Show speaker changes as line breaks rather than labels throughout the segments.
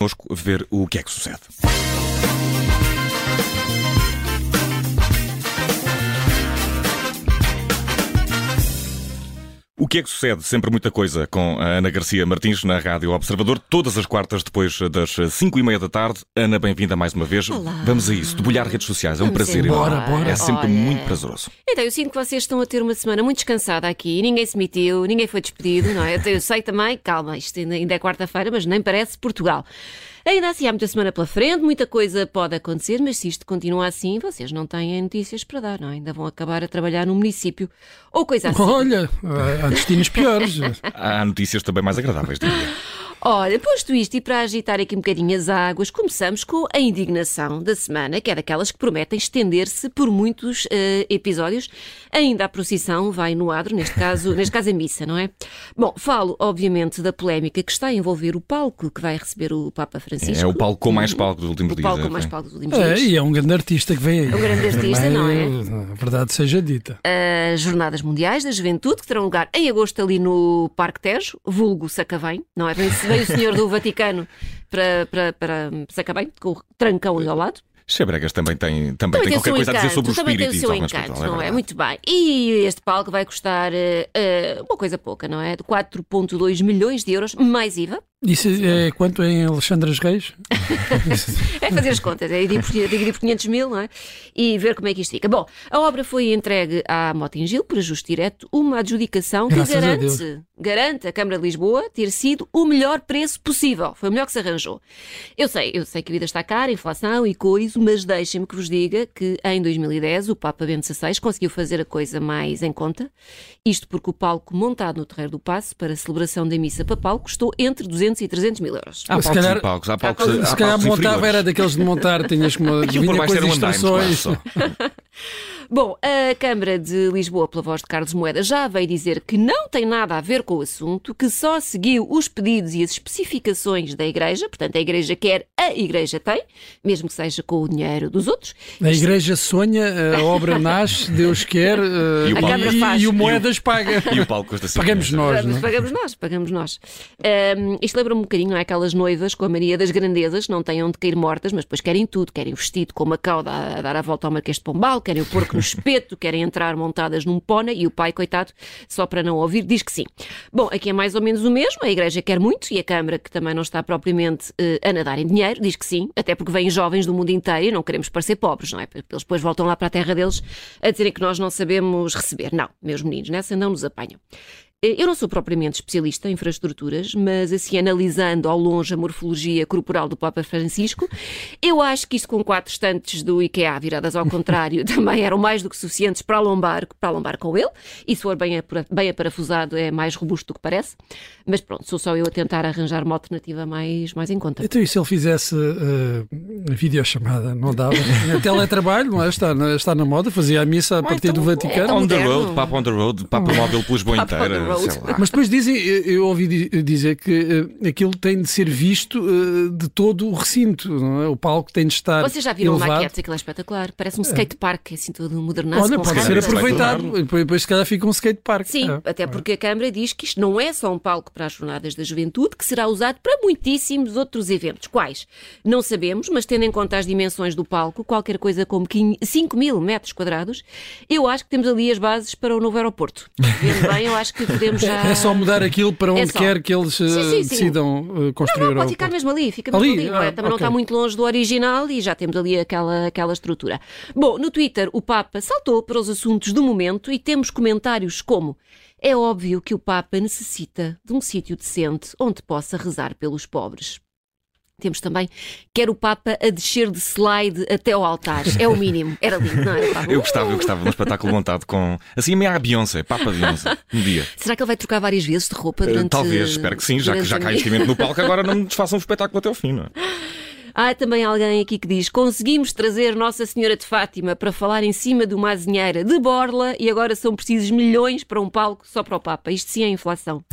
connosco ver o que é que sucede. O que é que sucede? Sempre muita coisa com a Ana Garcia Martins na Rádio Observador, todas as quartas depois das 5 e meia da tarde. Ana, bem-vinda mais uma vez.
Olá.
Vamos a isso, debulhar redes sociais, é um
Vamos
prazer.
embora.
enorme.
Bora, bora.
É sempre
Olha.
muito prazeroso.
Então, eu sinto que vocês estão a ter uma semana muito descansada aqui, ninguém se metiu, ninguém foi despedido, não é? Então, Eu sei também, calma, isto ainda, ainda é quarta-feira, mas nem parece Portugal. Ainda assim, há muita semana pela frente, muita coisa pode acontecer, mas se isto continua assim, vocês não têm notícias para dar, não é? Ainda vão acabar a trabalhar no município ou coisa assim.
Olha, há destinos piores. É,
Há notícias também mais agradáveis, diria.
Olha, posto isto e para agitar aqui um bocadinho as águas, começamos com a indignação da semana, que é daquelas que prometem estender-se por muitos eh, episódios. Ainda a procissão vai no adro, neste caso, neste caso a missa, não é? Bom, falo obviamente da polémica que está a envolver o palco que vai receber o Papa Francisco.
É o palco com mais palco dos últimos
O
dias.
palco com
é,
mais
sim.
palco dos últimos
É,
dias.
e é um grande artista que vem aí.
um grande artista,
Também,
não é?
A verdade seja dita.
As Jornadas Mundiais da Juventude, que terão lugar em agosto ali no Parque Tejo, vulgo Sacavém, não é? Bem, se veio o senhor do Vaticano para, para, para Sacavém, com o trancão ali ao lado.
Xebregas também tem, também tem
o
qualquer
seu
coisa a dizer
encanto,
sobre o
também
espírito então,
tem o
e tal,
seu
mas
encanto,
pronto,
não é?
verdade.
Muito bem. E este palco vai custar eh, eh, uma coisa pouca, não é? De 4,2 milhões de euros, mais IVA.
Isso é quanto é em Alexandre as Reis?
É fazer as contas, é dividir dividir por 500 mil, não é? E ver como é que isto fica. Bom, a obra foi entregue à Motingil por ajuste direto, uma adjudicação que
Graças a Deus.
garante, garante a Câmara de Lisboa ter sido o melhor preço possível. Foi o melhor que se arranjou. Eu sei, eu sei que a vida está cara, inflação e coisa, mas deixem-me que vos diga que em 2010 o Papa Bento XVI conseguiu fazer a coisa mais em conta. Isto porque o palco montado no Terreiro do Passo para a celebração da missa papal custou entre 200 e 300 mil euros.
Há
Se
palcos
calhar-
e palcos, há palcos, há
Se calhar
palcos
montava
inferiores.
era daqueles de montar, tinhas como
Aquilo por
vinha
baixo
com as
era um andaime,
instruções.
claro, só.
Bom, a Câmara de Lisboa, pela voz de Carlos Moeda, já veio dizer que não tem nada a ver com o assunto, que só seguiu os pedidos e as especificações da Igreja, portanto, a Igreja quer, a Igreja tem, mesmo que seja com o dinheiro dos outros.
A igreja sonha, a obra nasce, Deus quer eh,
E o
e-
Câmara
e-
faz.
e o Moedas paga.
E o palco custa 5
Pagamos
milhões.
Pagamos,
nós, não é?
pagamos nós, pagamos nós. Ahm, isto lembra-me um bocadinho, não é? Aquelas noivas com a Maria das Grandezas, não têm onde cair mortas, mas depois querem tudo. Querem o vestido com uma cauda a dar a volta ao Marquês de Pombal, querem o porco no espeto, querem entrar montadas num pona e o pai, coitado, só para não ouvir, diz que sim. Bom, aqui é mais ou menos o mesmo. A Igreja quer muito e a Câmara, que também não está propriamente eh, a nadar em dinheiro, diz que sim, até porque vêm jovens do mundo inteiro e não queremos parecer pobres, não é? Porque Eles depois voltam lá para a terra deles a dizerem que nós não sabemos receber. Não, meus meninos, nessa não nos apanham. Eh, Eu não sou propriamente especialista em infraestruturas, mas assim, analisando ao longe a morfologia corporal do Papa Francisco, eu acho que isto com quatro estantes do IKEA viradas ao contrário também eram mais do que suficientes para alombar, para alombar com ele, e se for bem, apara- bem aparafusado é mais robusto do que parece, mas pronto, sou só eu a tentar arranjar uma alternativa mais, mais em conta.
Então, e se ele fizesse eh, videochamada? Não dava. Tinha Teletrabalho, não é? está, na- está na moda, fazia a missa a partir
então,
do Vaticano.
é tão
On the
moderno.
road, papo on the road, papo móvel pela Lisboa
Papo on the
inteira.
road.
sei lá.
Mas depois dizem, eu- eu ouvi di- dizer que eh, aquilo tem de ser visto eh, de todo o recinto, não é? O palco tem de estar
Vocês já viram
elevado.
maquetes? Aquilo é espetacular. Parece um skatepark, assim, todo modernaço.
Olha,
com
pode
se
ser
calhar
rampas.
isso vai
aproveitado.
tornar-no.
Depois, depois, se calhar, fica um skatepark.
Sim,
É.
até porque a Câmara diz que isto não é só um palco para as Jornadas da Juventude, que será usado para muitíssimos outros eventos. Quais? Não sabemos, mas tendo em conta as dimensões do palco, qualquer coisa como 5 mil metros quadrados, eu acho que temos ali as bases para o novo aeroporto. Vendo bem, eu acho que podemos já.
É só mudar aquilo para onde
só.
quer que eles eh,
Sim, sim, sim.
decidam eh, construir
Não,
o
pode ficar
aeroporto.
mesmo ali, fica mesmo
Ali?
ali. não é?
Ah,
Também não
ok.
está muito longe do original e já temos ali aquela, aquela estrutura. Bom, no Twitter o Papa saltou para os assuntos do momento e temos comentários como é óbvio que o Papa necessita de um sítio decente onde possa rezar pelos pobres. Temos também, quer o Papa a descer de slide até ao altar. É o mínimo. Era lindo, não é? Papa?
Eu gostava, eu gostava de um espetáculo montado com. Assim, meio à Beyoncé, Papa Beyoncé, um dia.
Será que ele vai trocar várias vezes de roupa
Eh,
durante
Talvez, espero que sim, já que
durante
já
a
cai
minha-
investimento no palco, agora não me desfaçam um espetáculo até ao fim, não é?
Há também alguém aqui que diz: conseguimos trazer Nossa Senhora de Fátima para falar em cima de uma azinheira de borla e agora são precisos milhões para um palco só para o Papa. Isto sim é inflação.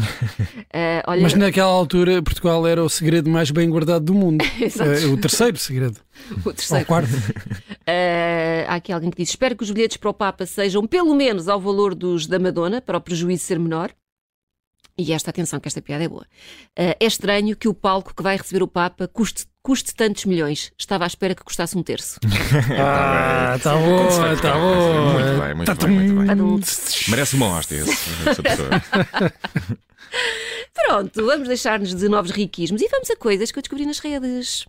Ah, olha,
Mas naquela altura, Portugal era o segredo mais bem guardado do mundo.
Exato.
Eh, o terceiro segredo.
o
Ou
terceiro.
quarto.
Ah, há aqui alguém que diz: espero que os bilhetes para o Papa sejam pelo menos ao valor dos da Madonna, para o prejuízo ser menor. E esta atenção, que esta piada é boa. Eh, é estranho que o palco que vai receber o Papa custe, custe tantos milhões. Estava à espera que custasse um terço.
Ah, está bom, está bom.
Muito bem, muito bem, muito bem.
Tadum.
Merece uma hóstia esse- essa pessoa.
Pronto, vamos deixar-nos de novos riquismos e vamos a coisas que eu descobri nas redes.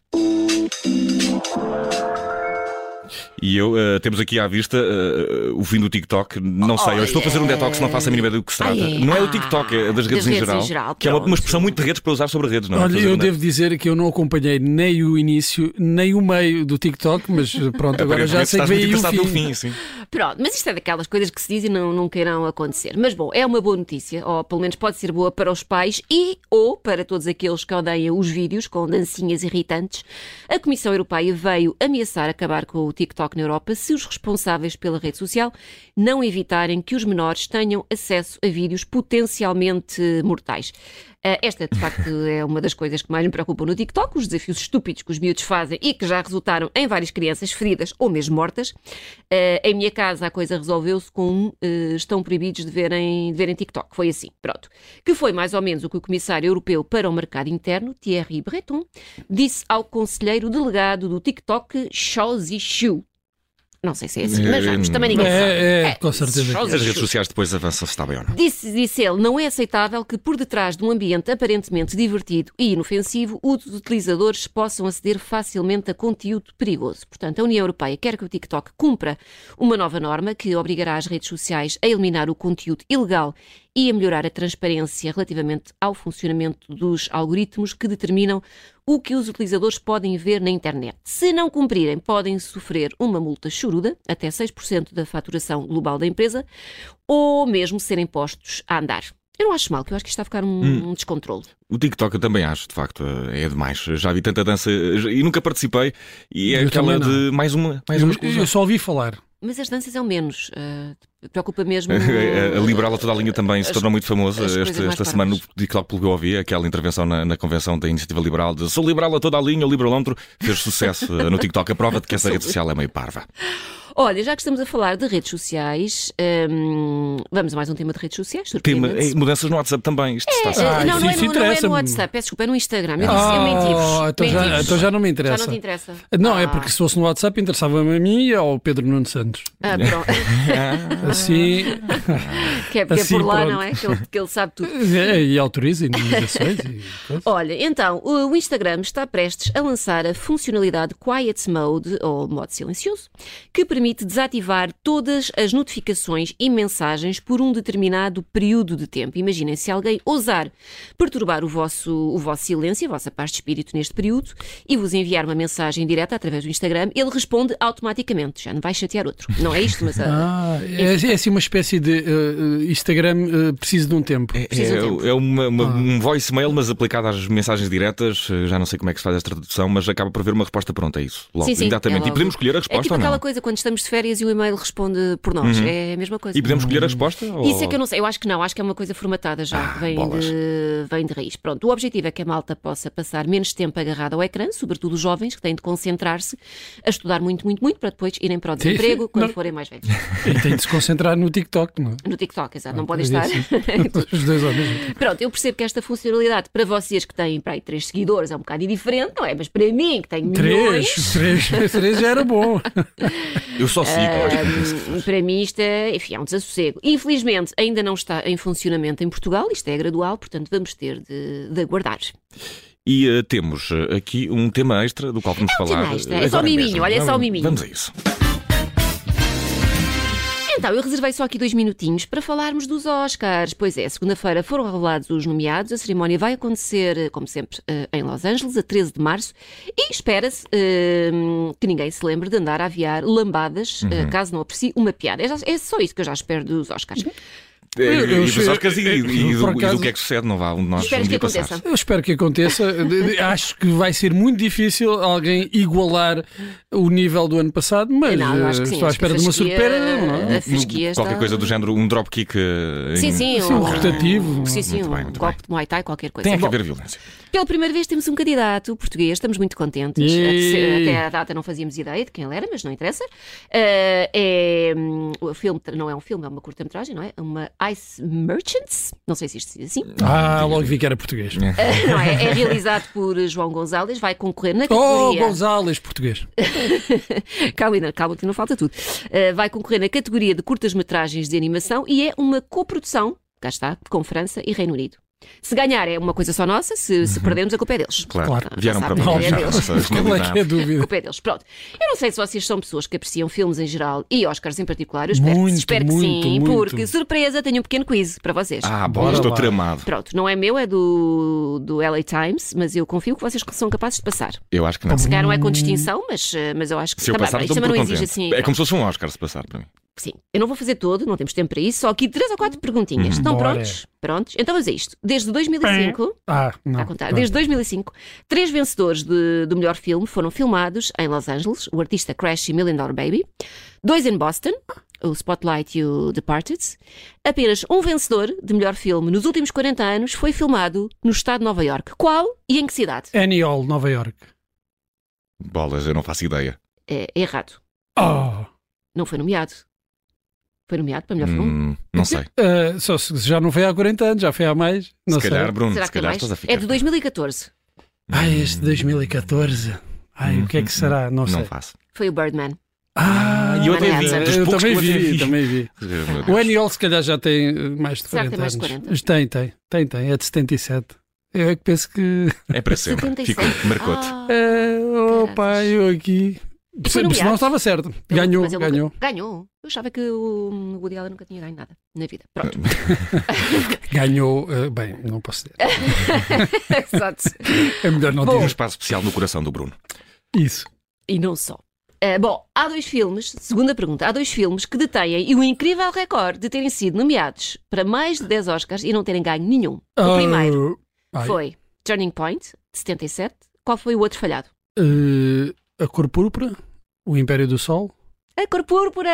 E eu, eh, temos aqui à vista eh, o fim do TikTok. Não sei, eu estou a fazer um detox, não faço a mínima ideia do que se trata.
Ai, é.
Não é o
Ah,
TikTok, é das
das
redes, em,
redes em
geral,
geral,
Que é uma,
pronto.
uma expressão muito de redes para usar sobre redes, não é?
Olha,
Fazer
eu
uma-
devo dizer que eu não acompanhei nem o início, nem o meio do TikTok, mas pronto, agora já
É, Aparentemente
sei que
estás
veio
muito
aí o
interessado no
fim.
fim, sim.
Pronto, mas isto é daquelas coisas que se dizem e não, não queiram acontecer. Mas bom, é uma boa notícia, ou pelo menos pode ser boa para os pais e ou para todos aqueles que odeiam os vídeos com dancinhas irritantes. A Comissão Europeia veio ameaçar acabar com o TikTok na Europa se os responsáveis pela rede social não evitarem que os menores tenham acesso a vídeos potencialmente mortais. Ah, Esta, de facto, é uma das coisas que mais me preocupam no TikTok, os desafios estúpidos que os miúdos fazem e que já resultaram em várias crianças feridas ou mesmo mortas. Ah, em minha casa, a coisa resolveu-se com um, eh, estão proibidos de verem, de verem TikTok. Foi assim, pronto. Que foi mais ou menos o que o Comissário Europeu para o Mercado Interno, Thierry Breton, disse ao Conselheiro Delegado do TikTok, Shao Zixu. Não sei se é assim, mas vamos, também ninguém sabe.
É, é, com certeza.
Shao
As redes
Zixu.
sociais depois avançam se está bem ou não.
Disse, disse ele, não é aceitável que por detrás de um ambiente aparentemente divertido e inofensivo, os utilizadores possam aceder facilmente a conteúdo perigoso. Portanto, a União Europeia quer que o TikTok cumpra uma nova norma que obrigará as redes sociais a eliminar o conteúdo ilegal e a melhorar a transparência relativamente ao funcionamento dos algoritmos que determinam o que os utilizadores podem ver na internet. Se não cumprirem, podem sofrer uma multa choruda, até 6% da faturação global da empresa, ou mesmo serem postos a andar. Eu não acho mal, que eu acho que isto está a ficar um,
Hum.
um descontrole.
O TikTok eu também acho, de facto, é demais. Já vi tanta dança e nunca participei. E é
Eu
aquela
também não.
de mais uma, mais uma
Eu,
exclusão.
eu só ouvi falar.
Mas as danças é o menos. ah, preocupa mesmo.
A liberal a toda a linha também se
As-
tornou muito famosa
as coisas
este-
mais
esta semana no
parvas.
TikTok, pelo que eu ouvi, aquela intervenção na, na convenção da Iniciativa Liberal de sou liberal a toda a linha, o liberalômetro, fez sucesso eh, no TikTok. A prova de que essa rede social é meio parva.
Olha, já que estamos a falar de redes sociais, hum, vamos a mais um tema de redes sociais,
Tema,
surpreendente.
eh, mudanças no WhatsApp também. Isto está
Ah,
Eh, não, não, é,
isso
no- não é no
interessa-me.
WhatsApp, peço desculpa, é no Instagram. Eu, disse, eu
Ah,
menti-vos.
então, já,
Menti-vos.
então já não me interessa.
Já não te interessa.
Não, é
Ah,
porque se fosse no WhatsApp interessava-me a mim e ao Pedro Nuno Santos.
Ah, pronto.
Ah,
Ah.
Assim,
que é, que é
Assim,
por lá,
pronto.
não é? Que ele, que ele sabe tudo.
é, e autoriza indenizações e coisas.
Olha, então, o o Instagram está prestes a lançar a funcionalidade Quiet Mode, ou modo silencioso, que permite desativar todas as notificações e mensagens por um determinado período de tempo. Imaginem, se alguém ousar perturbar o vosso, o vosso silêncio, a vossa paz de espírito neste período, e vos enviar uma mensagem direta através do Instagram, ele responde automaticamente. Já não vai chatear outro. Não é isto, mas... ah,
Ah, é, é assim uma espécie de eh, eh, Instagram eh, preciso de um tempo.
É,
Precisa de tempo.
é uma- uma- um voicemail, mas aplicado às mensagens diretas. Eh, Já não sei como é que se faz esta tradução, mas acaba por haver uma resposta pronta a isso. Logo,
Sim, sim, é
imediatamente.
logo.
e podemos escolher a
É
resposta
tipo
ou
aquela
não? Uhum.
coisa quando estamos de férias e o e-mail responde por nós. É a mesma coisa.
E podemos escolher a resposta?
Isso
Oh.
é que eu não sei, eu acho que não, acho que é uma coisa formatada já,
Ah,
que vem
bolas.
de, vem de raiz. Pronto, o objetivo é que a malta possa passar menos tempo agarrada ao ecrã, sobretudo os jovens que têm de concentrar-se a estudar muito, muito, muito, para depois irem para o
Sim,
desemprego
sim.
quando
Não.
forem mais velhos.
E tem de se concentrar no TikTok, não é?
No TikTok, exato, não
Ah,
podem
pois
estar.
Os dois ao mesmo tempo.
Pronto, eu percebo que esta funcionalidade para vocês que têm para aí três seguidores é um bocado indiferente, não é? Mas para mim, que tenho milhões.
Três, três, três já era bom.
Eu só sigo.
Ahm, hum, para mim isto é, enfim, é um desassossego. Infelizmente ainda não está em funcionamento em Portugal, isto é gradual, portanto vamos ter de, de aguardar.
E eh, temos eh, aqui um tema extra do qual vamos
um
falar.
tema extra.
eh,
É só
agora
miminho,
mesmo.
olha, é só
Vamos-
miminho.
Vamos a isso.
Então, eu reservei só aqui dois minutinhos para falarmos dos Oscars. Pois é, segunda-feira foram revelados os nomeados. A cerimónia vai acontecer, como sempre, eh, em Los Angeles, a 13 de março. E espera-se eh, que ninguém se lembre de andar a aviar lambadas,
Uhum.
eh, caso não aprecie uma piada. É, já- é só isso que eu já espero dos Oscars.
Eh,
Eu- eu
e dos
sei-
Oscars e, e-
eu-
e
eu,
do,
por
e do
acaso-
que é que sucede, não vá um de nós um
Espero que
dia
aconteça.
passar.
Eu espero que aconteça. De- de- Acho que vai ser muito difícil alguém igualar o nível do ano passado, mas
Não, eu acho que
eh,
sim,
estou à
acho que a
espera de uma
fasquia-
surpresa. Não é?
A fasquia está-
Qualquer coisa do género, um dropkick. eh,
Sim,
em-
sim,
Sim, um rotativo.
Sim, sim,
Muito bem,
um
muito
copo de Muay Thai, qualquer coisa.
Tem que
Bom,
haver violência.
Pela primeira vez temos um candidato português, estamos muito contentes.
Yay!
Até à data não fazíamos ideia de quem ele Ah, era, mas não interessa. Eh, é, hum, o filme, não é um filme, é uma curta-metragem, não é? Uma Ice Merchants, não sei se isto se diz assim,
Ah, logo vi que era português.
Eh, não é, é realizado por João Gonzalez, vai concorrer na
Oh,
categoria.
Gonzales, português.
calma, ainda, calma, que não falta tudo. Eh, vai concorrer na categoria de curtas-metragens de animação e é uma coprodução, cá está, com França e Reino Unido. Se ganhar é uma coisa só nossa, se, se perdermos a culpa é deles.
Claro,
Claro.
vieram
Já
para
sabem,
nós.
é deles.
essa
Qual é que é a
genialidade.
A
dúvida?
culpa é deles. Pronto. Eu não sei se vocês são pessoas que apreciam filmes em geral e Oscars em particular. Eu espero,
Muito,
espero
muito,
que sim,
muito.
porque, surpresa, tenho um pequeno quiz para vocês.
Ah, bom,
Bora
estou
lá.
tramado.
Pronto, não é meu, é do, do LA Times, mas eu confio que vocês são capazes de passar.
Eu acho que não.
Se calhar não é com distinção, mas, eh, mas eu acho que
Se eu
também,
passar,
isto
estou
também
muito
não exige
contente.
assim.
É como se fosse um Oscar se passar para mim.
Sim, eu não vou fazer todo, não temos tempo para isso, só aqui três ou
Hum.
quatro perguntinhas. Estão
Bora.
prontos? Prontos? Então vamos a isto. Desde 2005,
Ah, não.
está a contar,
Pronto.
desde 2005, três vencedores de- do melhor filme foram filmados em Los Angeles, o artista Crash e Million Dollar Baby, dois em Boston, o Spotlight e o Departed. Apenas um vencedor de melhor filme nos últimos 40 anos foi filmado no estado de Nova York. Qual e em que cidade?
Annie Hall, Nova York.
Bolas, eu não faço ideia.
É, é errado.
Oh,
Não foi nomeado. Foi nomeado para É melhor um. filme?
Hum, não sei.
ah, só se se já não foi há 40 anos, já foi há mais. Não
Se
sei.
calhar, Bruno, Hum,
Será
se
que tem
calhar
mais?
estás a ficar.
É de 2014.
Ai, este 2014. Ai, o que é que será? Não sei.
Uhum. Não faço.
Foi o Birdman.
Ah,
E eu
até vi,
dos
eu
poucos
também
que eu até
vi,
vi.
também vi. O Aniol se calhar já tem eh, mais de
Será que
40
tem mais de
anos.
40?
Mas Tem, tem, tem, tem. É de 77. Eu é que penso que.
É para sempre.
77.
Ficou, marcou-te.
Ah.
É, oh,
Caraças.
pá, eu aqui.
E foi nomeado?
Se não estava certo.
Ele-
Ganhou,
mas ele nunca-
ganhou.
ganhou. Eu achava que o Woody Allen nunca tinha ganho nada na vida. Pronto.
Ganhou. eh, bem, não posso dizer.
Exato.
É melhor não
Um
dizer
espaço especial no coração do Bruno. Um
isso.
E não só. Ah, bom, há dois filmes, segunda pergunta, há dois filmes que detêm o incrível recorde de terem sido nomeados para mais de 10 Oscars e não terem ganho nenhum. O
Ah,
primeiro
ai,
foi Turning Point, de 77. Qual foi o outro falhado?
eh, a cor púrpura, o Império do Sol.
A Cor Púrpura!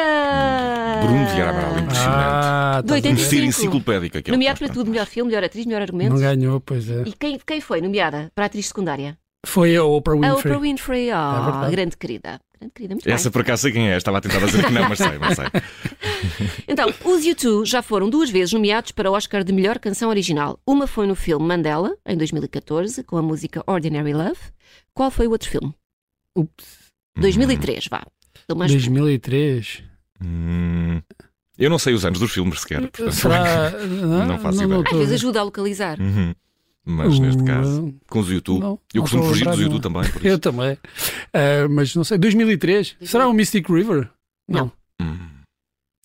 Bruno Vieira Amaral,
Ah,
impressionante.
Ah, Do
estás a ver.
85.
Ser enciclopédica. que é o
Nomeado
que
para
faz
tudo, melhor filme, melhor atriz, melhor argumento.
Não ganhou, pois é.
E quem, quem foi nomeada para atriz secundária?
Foi a Oprah
A
Winfrey.
Oprah Winfrey,
É
oh,
verdade.
grande querida. Grande querida, muito
Essa por acaso sei quem é, estava a tentar dizer que não, mas sei, mas sei.
bem. Então, os U2 já foram duas vezes nomeados para o Oscar de melhor canção original. Uma foi no filme Mandela, em 2014, com a música Ordinary Love. Qual foi o outro filme?
Ups,
2003, vá. Do mais-
2003.
Hum, eu não sei os anos dos filmes
Hum,
sequer. Portanto,
Será? Ah, Não,
Não faço ideia.
Às
estou a
vezes
ver.
ajuda a localizar.
Uhum. Mas neste
Uh,
caso, com os YouTube,
não,
eu
não
costumo
estou a
fugir
lembrar
dos
de
YouTube
um.
também. Por
Eu
isso.
também. Ah, mas não sei. 2003? Será o Mystic River?
Não.
Hum.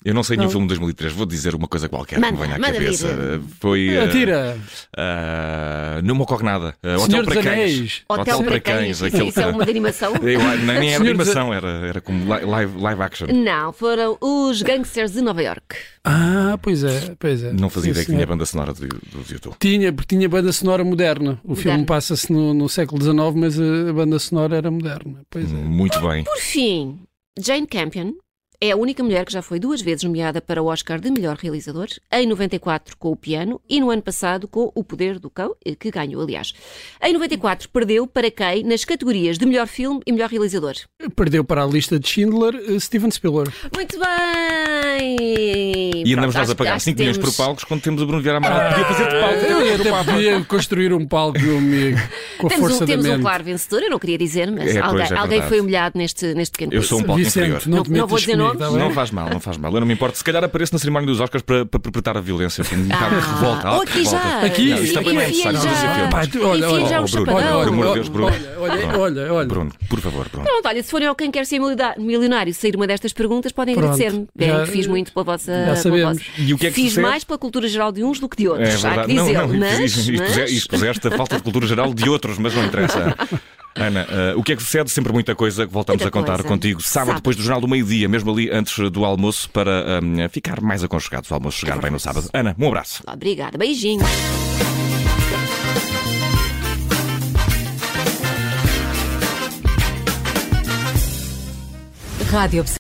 Eu não sei nenhum
Não.
filme de 2003, vou dizer uma coisa qualquer que
Manda,
me venha à
manda
cabeça.
vir.
Foi. eh,
Atira!
ah, não me ocorre nada. Ah, Hotel
Senhor dos
para cães.
Anéis.
Hotel, para cães.
aquele
Isso é uma de animação?
Eu, nem nem era
Senhor dos-
animação, era, era como li- live, live action.
Não, foram os Gangsters de Nova York.
Ah, pois é, pois é.
Não fazia
Sim,
ideia que
senhor.
tinha a banda sonora do, do YouTube.
Tinha, porque tinha banda sonora moderna. O filme passa-se no, no século XIX, mas a, a banda sonora era moderna. Pois é.
Muito bem.
Por fim, Jane Campion é a única mulher que já foi duas vezes nomeada para o Oscar de melhor realizador, em 94 com o piano e no ano passado com O Poder do Cão, eh, que ganhou, aliás. Em 94 perdeu para quem nas categorias de melhor filme e melhor realizador.
Hum.
Perdeu para a lista de Schindler eh, Steven Spielberg.
Muito bem!
E andamos
Pronto,
nós
acho
a
que-
pagar
acho
5
que
milhões
temos-
por palcos quando temos o Bruno Vieira Amaral. Podia fazer
Ah,
Ah,
de palco.
Eu até podia construir um palco, meu amigo, com a
Temos,
força
um,
da
temos um
mente.
claro vencedor, eu não queria dizer, mas
É, pois,
alguém,
é verdade.
alguém foi humilhado neste, neste pequeno
Eu sou um
quiz.
palco
Vicente,
inferior.
não te
Não- não
metas
vou dizer
comigo,
nomes.
tá bem?
Não faz mal, não faz mal. Eu não me importo. Se calhar apareço na cerimónia dos Oscars para, para perpetuar a violência. Fui um bocado de revolta.
ou
alta
Ah, oh, aqui
revolta.
já!
Aqui,
Não, isto também não é
enfia
necessário fazer
já.
filmes.
Pá, tu- olha,
Enfia
olha,
já
oh,
um
Bruno,
chapadão.
Pelo amor de Deus, Bruno.
Olha, olha, olha, olha.
Bruno, por favor, Bruno.
Pronto, olha, se forem ao quem quer ser milida- milionário sair uma destas perguntas, podem
Pronto.
agradecer-me.
Já-
Bem, que fiz muito pela vossa. pela
Já sabemos.
vossa-
E o que é que
Fiz
sucede?
mais pela cultura geral de uns do que de
É
outros. Há que
verdade. Não,
dizer,
não,
mas.
expus- expus-
mas-
expuseste a é falta de cultura geral de outros, mas não interessa. Ana, eh, o que é que sucede? Sempre muita coisa que voltamos
Muita
a contar
coisa.
contigo. Sábado,
Sábado.
depois do Jornal do Meio-Dia, mesmo ali antes do almoço, para eh, ficar mais aconchegados. O
É
almoço chegar bem no sábado. Ana, um abraço.
Obrigada, beijinho.
Rádio Obs-